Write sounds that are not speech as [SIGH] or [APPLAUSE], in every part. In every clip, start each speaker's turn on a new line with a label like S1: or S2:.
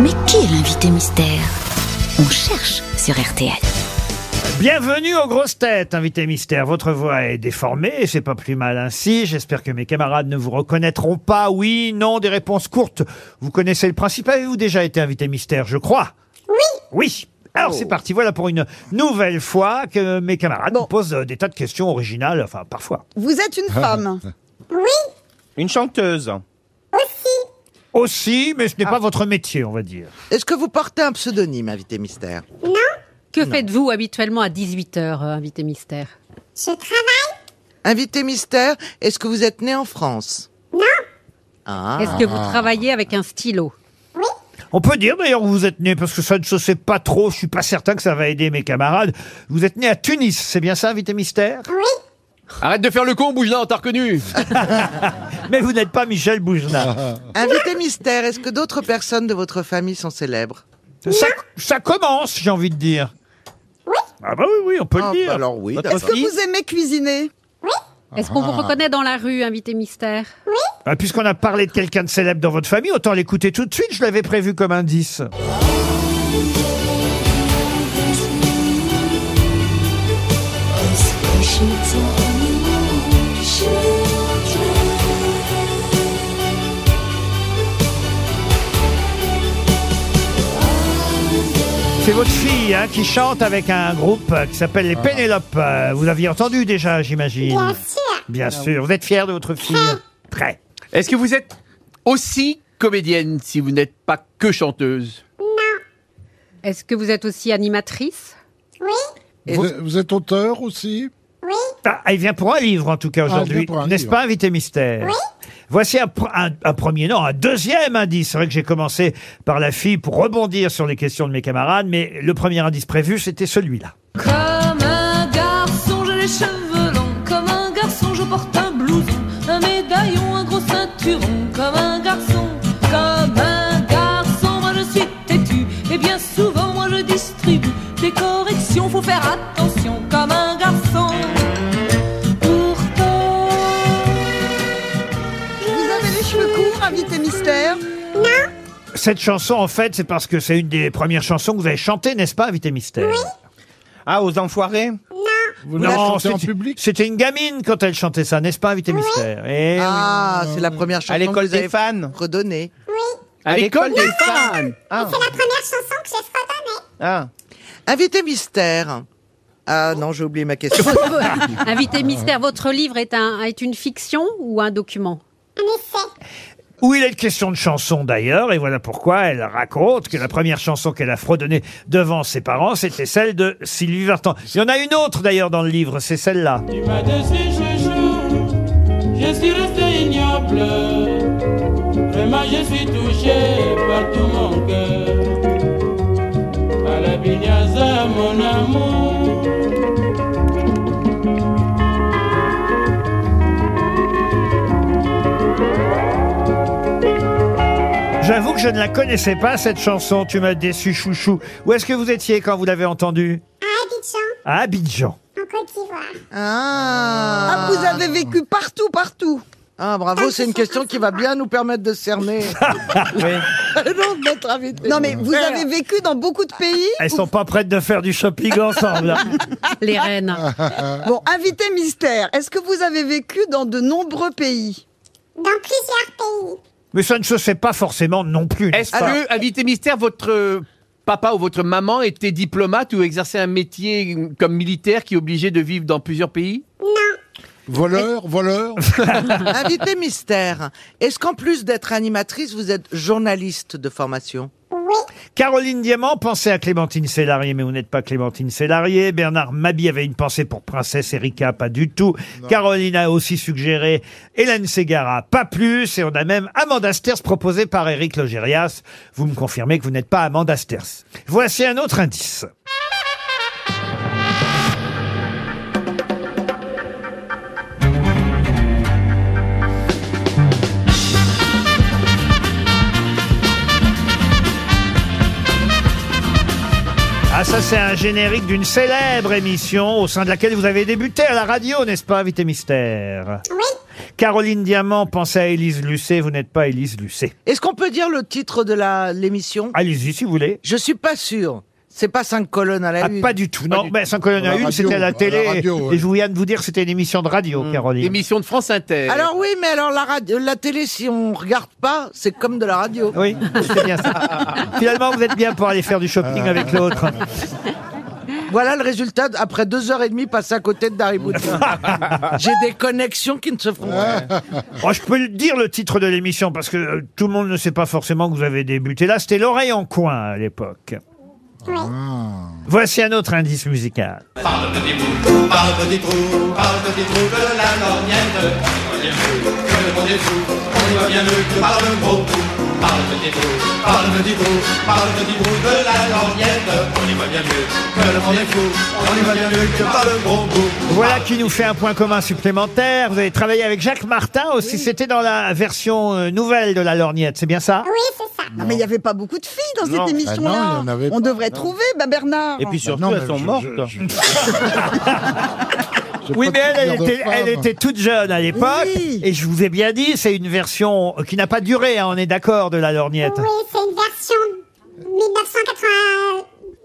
S1: Mais qui est l'invité mystère On cherche sur RTL.
S2: Bienvenue aux grosses têtes, invité mystère. Votre voix est déformée et c'est pas plus mal ainsi. J'espère que mes camarades ne vous reconnaîtront pas. Oui, non, des réponses courtes. Vous connaissez le principe. Avez-vous déjà été invité mystère, je crois Oui. Oui. Alors c'est parti, voilà pour une nouvelle fois que mes camarades me posent euh, des tas de questions originales, enfin parfois.
S3: Vous êtes une
S4: [LAUGHS]
S3: femme.
S5: Une chanteuse.
S2: Aussi, mais ce n'est pas votre métier, on va dire.
S6: Est-ce que vous portez un pseudonyme, invité mystère
S7: Que faites-vous habituellement à 18h, invité mystère
S4: Je travaille
S6: Invité mystère, est-ce que vous êtes né en France Non. Ah.
S7: Est-ce que vous travaillez avec un stylo
S2: On peut dire d'ailleurs où vous êtes né, parce que ça ne se sait pas trop, je suis pas certain que ça va aider mes camarades. Vous êtes né à Tunis, c'est bien ça, invité mystère
S8: Arrête de faire le con, Bougelin, t'as reconnu
S2: Mais vous n'êtes pas Michel Bougenat.
S6: Invité mystère, est-ce que d'autres personnes de votre famille sont célèbres
S2: ça, ça commence, j'ai envie de dire. Ah bah oui, oui, on peut
S6: Ah,
S2: le dire.
S6: bah Alors oui,
S5: Votre
S6: d'accord.
S3: Est-ce que
S5: Si.
S3: vous aimez cuisiner
S7: Est-ce qu'on vous reconnaît dans la rue, invité mystère
S2: Ah, Puisqu'on a parlé de quelqu'un de célèbre dans votre famille, autant l'écouter tout de suite, je l'avais prévu comme indice. C'est votre fille hein, qui chante avec un groupe euh, qui s'appelle
S6: Ah.
S2: les Pénélopes. Euh, Vous aviez entendu déjà, j'imagine.
S4: Bien sûr
S2: Bien sûr. Vous êtes fière de votre fille Très.
S8: [LAUGHS] Est-ce que vous êtes aussi comédienne si vous n'êtes pas que chanteuse
S7: Est-ce que vous êtes aussi animatrice
S4: Oui
S9: Vous, êtes- vous êtes auteur aussi
S4: Oui
S2: Ah, il vient pour un livre en tout cas
S9: Ah, vient
S2: aujourd'hui,
S9: pour un
S2: n'est-ce
S9: livre.
S2: pas, invité mystère Voici un, pr- un- un premier, non, un deuxième indice. C'est vrai que j'ai commencé par la fille pour rebondir sur les questions de mes camarades, mais le premier indice prévu, c'était celui-là.
S10: Comme un garçon, j'ai les cheveux longs. Comme un garçon, je porte un blouson, un médaillon, un gros ceinturon. Comme un garçon, comme un garçon, moi je suis têtu. Et bien souvent, moi je distribue des corrections. Faut faire attention, comme un garçon. Pourtant,
S3: Vous avez les cheveux courts, invité mystère.
S2: Cette chanson, en fait, c'est parce que c'est une des premières chansons que vous avez chantées, n'est-ce pas, invité mystère
S5: Ah, aux enfoirés
S9: Vous la
S2: Non,
S9: chantez en
S2: c'était-
S9: public
S2: c'était une gamine quand elle chantait ça, n'est-ce pas, invité mystère Eh oui.
S6: Ah, c'est la première chanson
S5: À l'école
S6: que vous
S5: des
S6: avez
S5: fans.
S6: redonnée.
S5: À l'école des fans. Ah,
S4: C'est la première chanson que j'ai fredonnée
S5: ah.
S6: Invité mystère. Ah non, j'ai oublié
S5: [LAUGHS]
S6: ma question.
S7: [LAUGHS] Invité mystère, votre livre est, un, est une fiction ou un document
S4: En effet
S2: Où il est question de chanson d'ailleurs, et voilà pourquoi elle raconte que la première chanson qu'elle a fredonnée devant ses parents, c'était celle de Sylvie Vartan. Il y en a une autre d'ailleurs dans le livre, c'est celle-là.
S11: Tu m'as laissé chouchou, je suis resté ignoble. Vraiment, je suis touché par tout mon cœur. À la Bignaza, mon amour.
S2: J'avoue que je ne la connaissais pas cette chanson, tu m'as déçu chouchou. Où est-ce que vous étiez quand vous l'avez entendue
S4: À Abidjan,
S2: À Abidjan.
S4: en Côte d'Ivoire
S6: Ah,
S3: Ah, vous avez vécu partout,
S2: [LAUGHS]
S3: partout.
S6: Ah, bravo, c'est une question qui va bien nous permettre de cerner
S5: [LAUGHS]
S6: le nom de notre invité.
S3: Non, mais vous avez vécu dans beaucoup de
S2: [LAUGHS]
S3: pays.
S2: Elles sont pas prêtes de faire du shopping
S4: [LAUGHS]
S2: ensemble. hein.
S7: Les reines.
S3: Bon, invité mystère, est-ce que vous avez vécu dans de nombreux pays
S4: Dans plusieurs pays
S2: Mais ça ne se sait pas forcément non plus. n'est-ce
S8: Est-ce que, invité mystère, votre euh, papa ou votre maman était diplomate ou exerçait un métier comme militaire qui obligeait de vivre dans plusieurs pays
S9: Voleur,
S11: [LAUGHS]
S9: voleur
S6: Invité mystère, est-ce qu'en plus d'être animatrice, vous êtes journaliste de formation
S2: Caroline Diamant pensait à Clémentine Célarier, mais vous n'êtes pas Clémentine Célarier. Bernard Mabi avait une pensée pour Princesse Erika, pas du tout. Caroline a aussi suggéré Hélène Ségara, pas plus. Et on a même Amanda Sters proposée par Éric Logérias. Vous me confirmez que vous n'êtes pas Amanda Sters. Voici un autre indice. Ah, ça, c'est un générique d'une célèbre émission au sein de laquelle vous avez débuté à la radio, n'est-ce pas, Invité Mystère
S4: Oui
S2: Caroline Diamant pensait à Élise Lucet. Vous n'êtes pas Élise Lucet.
S6: Est-ce qu'on peut dire le titre de la l'émission
S2: Allez-y si vous voulez.
S6: Je suis pas sûr. C'est pas cinq colonnes à la
S2: Ah,
S6: une.
S2: pas du tout. Non, mais sans colonne
S6: À
S2: à
S6: la
S2: une,
S6: radio,
S2: c'était à
S6: à
S2: la
S6: la
S2: télé.
S6: radio, ouais. Hmm.
S2: Et je viens de vous dire que c'était une émission de radio, Caroline.
S8: Émission de France Inter.
S6: Alors oui, mais alors la, radio- la télé, si on regarde pas, c'est comme de la radio.
S2: Oui, c'est bien ça.
S6: [LAUGHS]
S2: Finalement, vous êtes bien pour aller faire du shopping
S6: Ah.
S2: avec l'autre.
S6: Voilà le résultat d- après deux heures et demie passées à côté
S2: [LAUGHS]
S6: de Daribouti. J'ai des connexions qui ne se font pas.
S2: Oh, je peux le dire le titre de l'émission parce que euh, tout le monde ne sait pas forcément que vous avez débuté là. C'était l'oreille en coin à l'époque. Ah. Voici un autre indice musical.
S11: Par le petit trou, par le petit trou, par le petit trou de la lorgnette. Que le monde est fou, on y va bien mieux que par le gros trou. Par le petit trou, par le petit trou, par le petit trou de la lorgnette. On y va bien mieux que le monde est fou, on y va bien mieux que par le gros bout.
S2: Voilà qui nous fait un point commun supplémentaire. Vous avez travaillé avec Jacques Martin aussi. C'était dans la version euh, nouvelle de La Lorgnette, c'est bien ça
S4: Oui, c'est ça.
S3: Ah, mais il n'y avait pas beaucoup de filles dans
S2: Non.
S3: cette émission-là.
S2: Bah non, il y en avait
S3: On
S2: pas,
S3: devrait
S2: non.
S3: trouver, bah Bernard.
S5: Et puis surtout, elles sont mortes.
S2: Oui, mais elle, elle
S5: souvenir de
S2: était,
S5: femme.
S2: elle était toute jeune à l'époque. Et je vous ai bien dit, c'est une version qui n'a pas duré, hein, on est d'accord, de La Lorgnette.
S3: Oh,
S4: Oui, c'est une version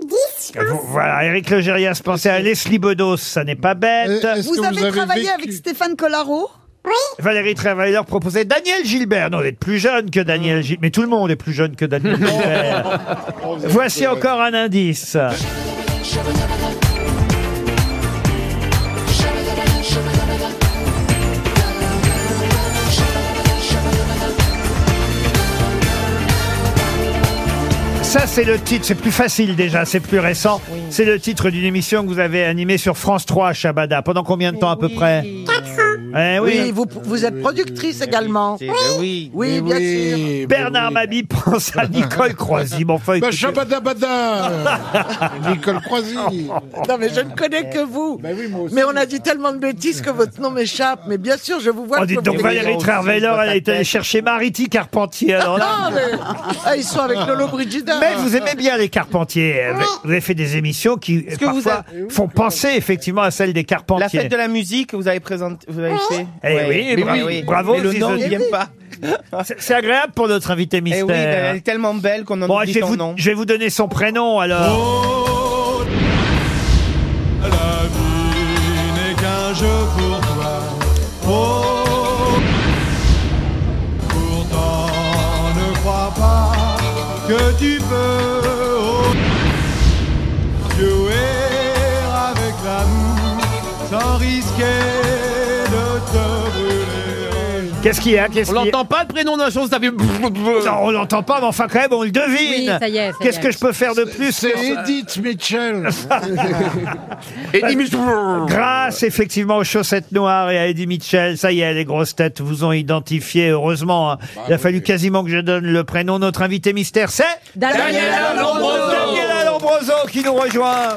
S4: 1990, je
S2: Vo-
S4: pense.
S2: Voilà, Eric Logérias pensait à Leslie Bedos, ça n'est pas bête.
S3: Vous avez, travaillé avec Stéphane Collaro
S2: Valérie Travailleur proposait Daniel Gilbert. Non, vous êtes plus jeune que Daniel Gilbert. Mais tout le monde est plus jeune que Daniel Gilbert. Voici encore un indice. Ça, c'est le titre, c'est plus facile déjà, c'est plus récent. C'est le titre d'une émission que vous avez animée sur France 3 à Shabada. Pendant combien de temps à peu près Eh oui.
S6: Oui, vous, vous êtes productrice également.
S5: bah Oui,
S9: Eh
S6: oui, bien sûr.
S2: Bernard Mabi pense à Nicole Croisy. Mon feuille.
S9: Bah,
S2: [LAUGHS]
S9: shabadabada Nicole Croisy
S2: Oh.
S9: Bah
S6: Non, mais je ne connais que vous. Mais on a dit tellement de bêtises que votre nom m'échappe. Mais bien sûr, je vous vois.
S2: Oh,
S6: que
S2: dites
S6: vous
S2: donc,
S6: me
S2: Valérie
S6: connaissez.
S2: Traveller, elle est allée chercher Mariti Carpentier. Alors là.
S6: Non, mais ah, ils sont avec Lolo Brigida.
S2: Mais vous aimez bien les Carpentiers. euh, Vous avez fait des émissions qui euh,
S5: que vous
S2: parfois font penser effectivement à celles des
S5: La
S2: Carpentiers.
S5: fête de la musique, vous avez présenté, vous avez fait.
S2: Eh oui,
S5: Mais
S2: bra-
S5: oui.
S2: bravo,
S5: Mais le
S2: Zizo.
S5: nom, il
S2: Eh
S5: n'aime
S2: oui.
S5: pas.
S2: C'est- C'est agréable pour notre invité
S5: Eh
S2: mystère.
S5: oui, elle est tellement belle qu'on en
S2: Bon, je
S5: oublie
S2: vais,
S5: son
S2: vous,
S5: nom.
S2: je vais vous donner son prénom alors.
S11: La vie n'est qu'un jeu pour toi. Oh, pourtant ne crois pas que tu peux oh, jouer avec l'amour sans risquer de te
S5: Oh.
S11: brûler.
S2: Qu'est-ce qu'il y a Qu'est-ce
S8: On
S2: qu'il y a
S8: l'entend pas le prénom d'un jour, ça fait.
S2: Non, on l'entend pas, mais enfin quand même, on le devine.
S7: Oui, ça y est, ça y
S2: Qu'est-ce
S7: est.
S2: que je peux faire de plus sur-
S9: C'est Edith Mitchell
S8: Et il me-
S2: Grâce effectivement aux chaussettes noires et à Eddie Mitchell, ça y est, les grosses têtes vous ont identifié, heureusement. hein. Il a fallu quasiment que je donne le prénom. Notre invité mystère, c'est
S7: Daniela Lombroso.
S2: Daniela Lombroso qui nous rejoint.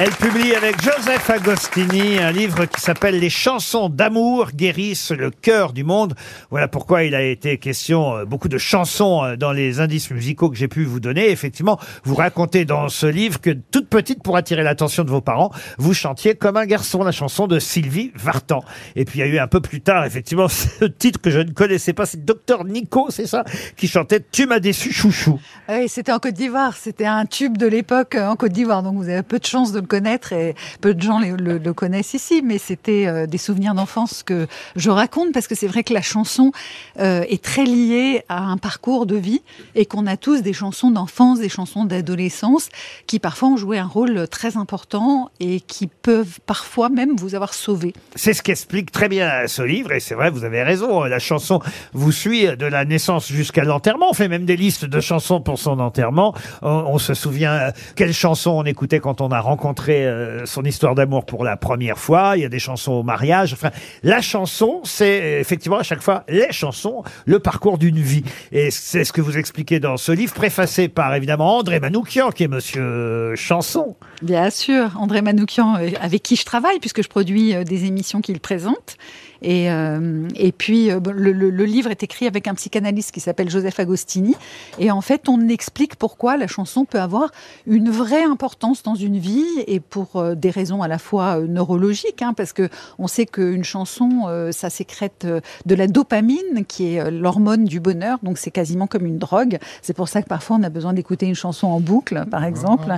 S2: Elle publie avec Joseph Agostini un livre qui s'appelle Les chansons d'amour guérissent le cœur du monde. Voilà pourquoi il a été question euh, beaucoup de chansons euh, dans les indices musicaux que j'ai pu vous donner. Effectivement, vous racontez dans ce livre que toute petite, pour attirer l'attention de vos parents, vous chantiez comme un garçon la chanson de Sylvie Vartan. Et puis il y a eu un peu plus tard, effectivement, [LAUGHS] ce titre que je ne connaissais pas, c'est Docteur Nico, c'est ça, qui chantait Tu m'as déçu chouchou.
S12: Oui, c'était en Côte d'Ivoire, c'était un tube de l'époque euh, en Côte d'Ivoire, donc vous avez peu de chance de le connaître et peu de gens le, le- le connaissent ici, mais c'était euh, des souvenirs d'enfance que je raconte parce que c'est vrai que la chanson euh, est très liée à un parcours de vie et qu'on a tous des chansons d'enfance, des chansons d'adolescence qui parfois ont joué un rôle très important et qui peuvent parfois même vous avoir sauvé.
S2: C'est ce qu'explique très bien ce livre, et c'est vrai, vous avez raison. hein, La chanson vous suit de la naissance jusqu'à l'enterrement. On fait même des listes de chansons pour son enterrement. On, on se souvient euh, quelles chansons on écoutait quand on a rencontré euh, son histoire d'amour pour la première fois. Il y a des chansons au mariage. Enfin, la chanson, c'est euh, effectivement à chaque fois les chansons, le parcours d'une vie. Et c'est ce que vous expliquez dans ce livre, préfacé par évidemment André Manoukian, qui est monsieur euh, Chanson.
S12: Bien sûr, André Manoukian, euh, avec qui je travaille, puisque je produis euh, des émissions qu'il présente. Et, euh, et puis, euh, bon, le, le- le livre est écrit avec un psychanalyste qui s'appelle Joseph Agostini. Et en fait, on explique pourquoi la chanson peut avoir une vraie importance dans une vie et pour euh, des raisons à la fois euh, neurologiques, hein, parce que on sait qu'une chanson, euh, ça sécrète euh, de la dopamine, qui est euh, l'hormone du bonheur, donc c'est quasiment comme une drogue. C'est pour ça que parfois on a besoin d'écouter une chanson en boucle, par exemple.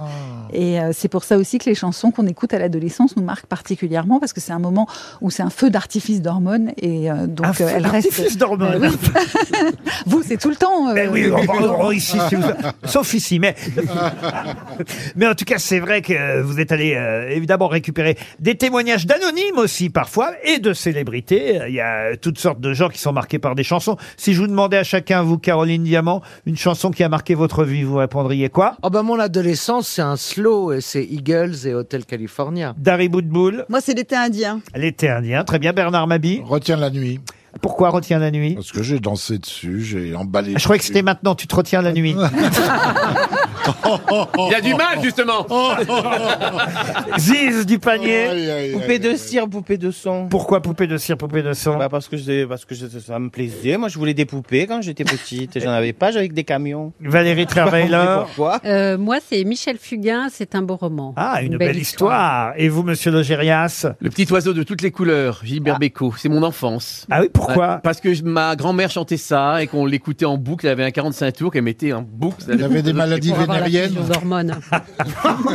S12: Et euh, c'est pour ça aussi que les chansons qu'on écoute à l'adolescence nous marquent particulièrement, parce que c'est un moment où c'est un feu d'artifice d'hormones, et euh, donc
S2: Un feu
S12: euh, elle
S2: d'artifice
S12: reste.
S2: Ah, d'hormones.
S12: Mais oui. [LAUGHS] vous, c'est tout le temps.
S2: Ben
S12: euh,
S2: oui, on va- on va ici, si vous- sauf ici,
S12: [LAUGHS]
S2: mais mais en tout cas, c'est vrai que euh, vous êtes allé euh, évidemment récupérer des témoignages d'anonymes aussi parfois et de célébrités. Il y a toutes sortes de gens qui sont marqués par des chansons. Si je vous demandais à chacun, vous, Caroline Diamant, une chanson qui a marqué votre vie, vous répondriez quoi
S6: Oh ben mon adolescence, c'est un slow, et c'est Eagles et Hotel California.
S2: Dari Boudboul,
S3: Moi, c'est l'été indien.
S2: l'été indien. Très bien, Bernard Mabi.
S9: Retiens la nuit.
S2: Pourquoi retiens la nuit
S9: Parce que j'ai dansé dessus, j'ai emballé.
S2: Je croyais que
S9: dessus.
S2: c'était maintenant, tu te retiens la nuit.
S8: Il y a du mal, justement.
S2: Ziz du panier.
S9: Oh. Aïe, aïe, aïe.
S5: Poupée
S11: euh,
S5: de cire, poupée de son.
S2: Pourquoi poupée de cire, poupée de son
S5: Bah parce que j'ai- parce que j'ai- ça me plaisait. Moi, je voulais des poupées quand j'étais petite. J'en avais pas, j'avais que des camions.
S2: Valérie
S5: là
S2: Trierweiler.
S5: Pourquoi
S7: Euh, moi, c'est Michel Fugain, c'est un beau roman.
S2: Ah, une, belle, histoire. Et vous, monsieur Logérias
S8: Le petit oiseau de toutes les couleurs, Gilbert Bécaud, c'est mon enfance.
S2: Ah oui, pourquoi
S8: Ouais, Parce que je- ma grand-mère chantait ça et qu'on l'écoutait en boucle. Elle avait un 45 tours qu'elle mettait en boucle.
S9: Il avait des maladies
S7: Pour avoir la
S9: vénériennes.
S7: fusion d'hormones.
S12: [LAUGHS]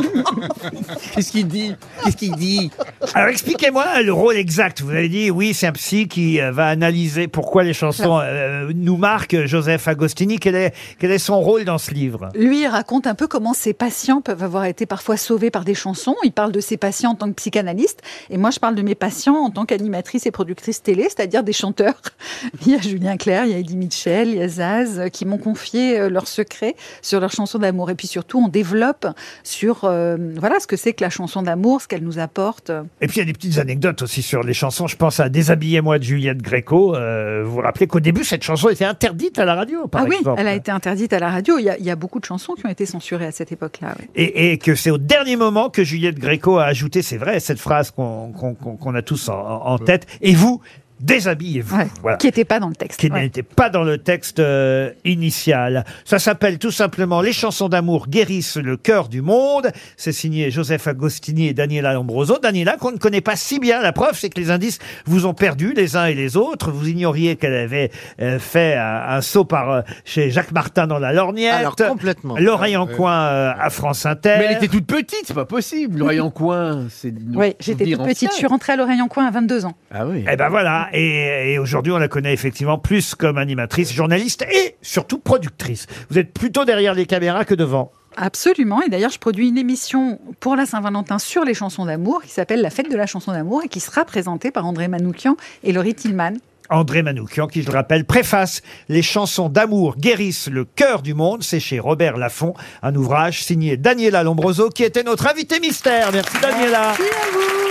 S8: Qu'est-ce qu'il dit Qu'est-ce qu'il dit
S2: [LAUGHS] Alors expliquez-moi le rôle exact. Vous avez dit, oui, c'est un psy qui euh, va analyser pourquoi les chansons euh, nous marquent. Joseph Agostini, quel est, quel est son rôle dans ce livre
S12: Lui, il raconte un peu comment ses patients peuvent avoir été parfois sauvés par des chansons. Il parle de ses patients en tant que psychanalyste. Et moi, je parle de mes patients en tant qu'animatrice et productrice télé, c'est-à-dire des chanteurs. [LAUGHS] Il y a Julien Clerc, il y a Eddie Mitchell, il y a Zaz, euh, qui m'ont confié euh, leurs secrets sur leurs chansons d'amour. Et puis surtout, on développe sur euh, voilà ce que c'est que la chanson d'amour, ce qu'elle nous apporte.
S2: Et puis il y a des petites anecdotes aussi sur les chansons. Je pense à Déshabillez-moi de Juliette Gréco. Euh, vous vous rappelez qu'au début, cette chanson était interdite à la radio, par
S12: ah oui,
S2: exemple.
S12: elle a été interdite à la radio. Il y a, il y a beaucoup de chansons qui ont été censurées à cette époque-là. oui.
S2: Et, et que c'est au dernier moment que Juliette Gréco a ajouté, c'est vrai, cette phrase qu'on qu'on- qu'on- qu'on a tous en, en tête. Et vous, déshabillez-vous.
S12: Ouais,
S2: Voilà.
S12: Qui n'était pas dans le texte.
S2: qui
S12: ouais.
S2: n'était pas dans le texte euh, initial. Ça s'appelle tout simplement Les chansons d'amour guérissent le cœur du monde. C'est signé Joseph Agostini et Daniela Lombroso. Daniela qu'on ne connaît pas si bien. La preuve, c'est que les indices vous ont perdu les uns et les autres. Vous ignoriez qu'elle avait euh, fait un, un saut par euh, chez Jacques Martin dans la Lorgnette.
S6: Alors, complètement.
S2: L'oreille en coin euh, à France Inter.
S8: Mais elle était toute petite, c'est pas possible. L'oreille en coin, c'est.
S12: Oui, j'étais
S8: dire
S12: toute
S8: en
S12: petite. Je
S8: fier.
S12: suis rentrée à l'oreille en coin à 22 ans.
S8: Ah oui.
S2: Eh ben voilà, et, et aujourd'hui on la connaît effectivement plus comme animatrice, journaliste et surtout productrice. Vous êtes plutôt derrière les caméras que devant.
S12: Absolument. Et d'ailleurs, je produis une émission pour la Saint-Valentin sur les chansons d'amour qui s'appelle La fête de la chanson d'amour et qui sera présentée par André Manoukian et Laurie Tillman.
S2: André Manoukian, qui je le rappelle, préface Les chansons d'amour guérissent le cœur du monde. C'est chez Robert Laffont, un ouvrage signé Daniela Lombroso, qui était notre invité mystère. Merci Daniela.
S3: Merci à vous.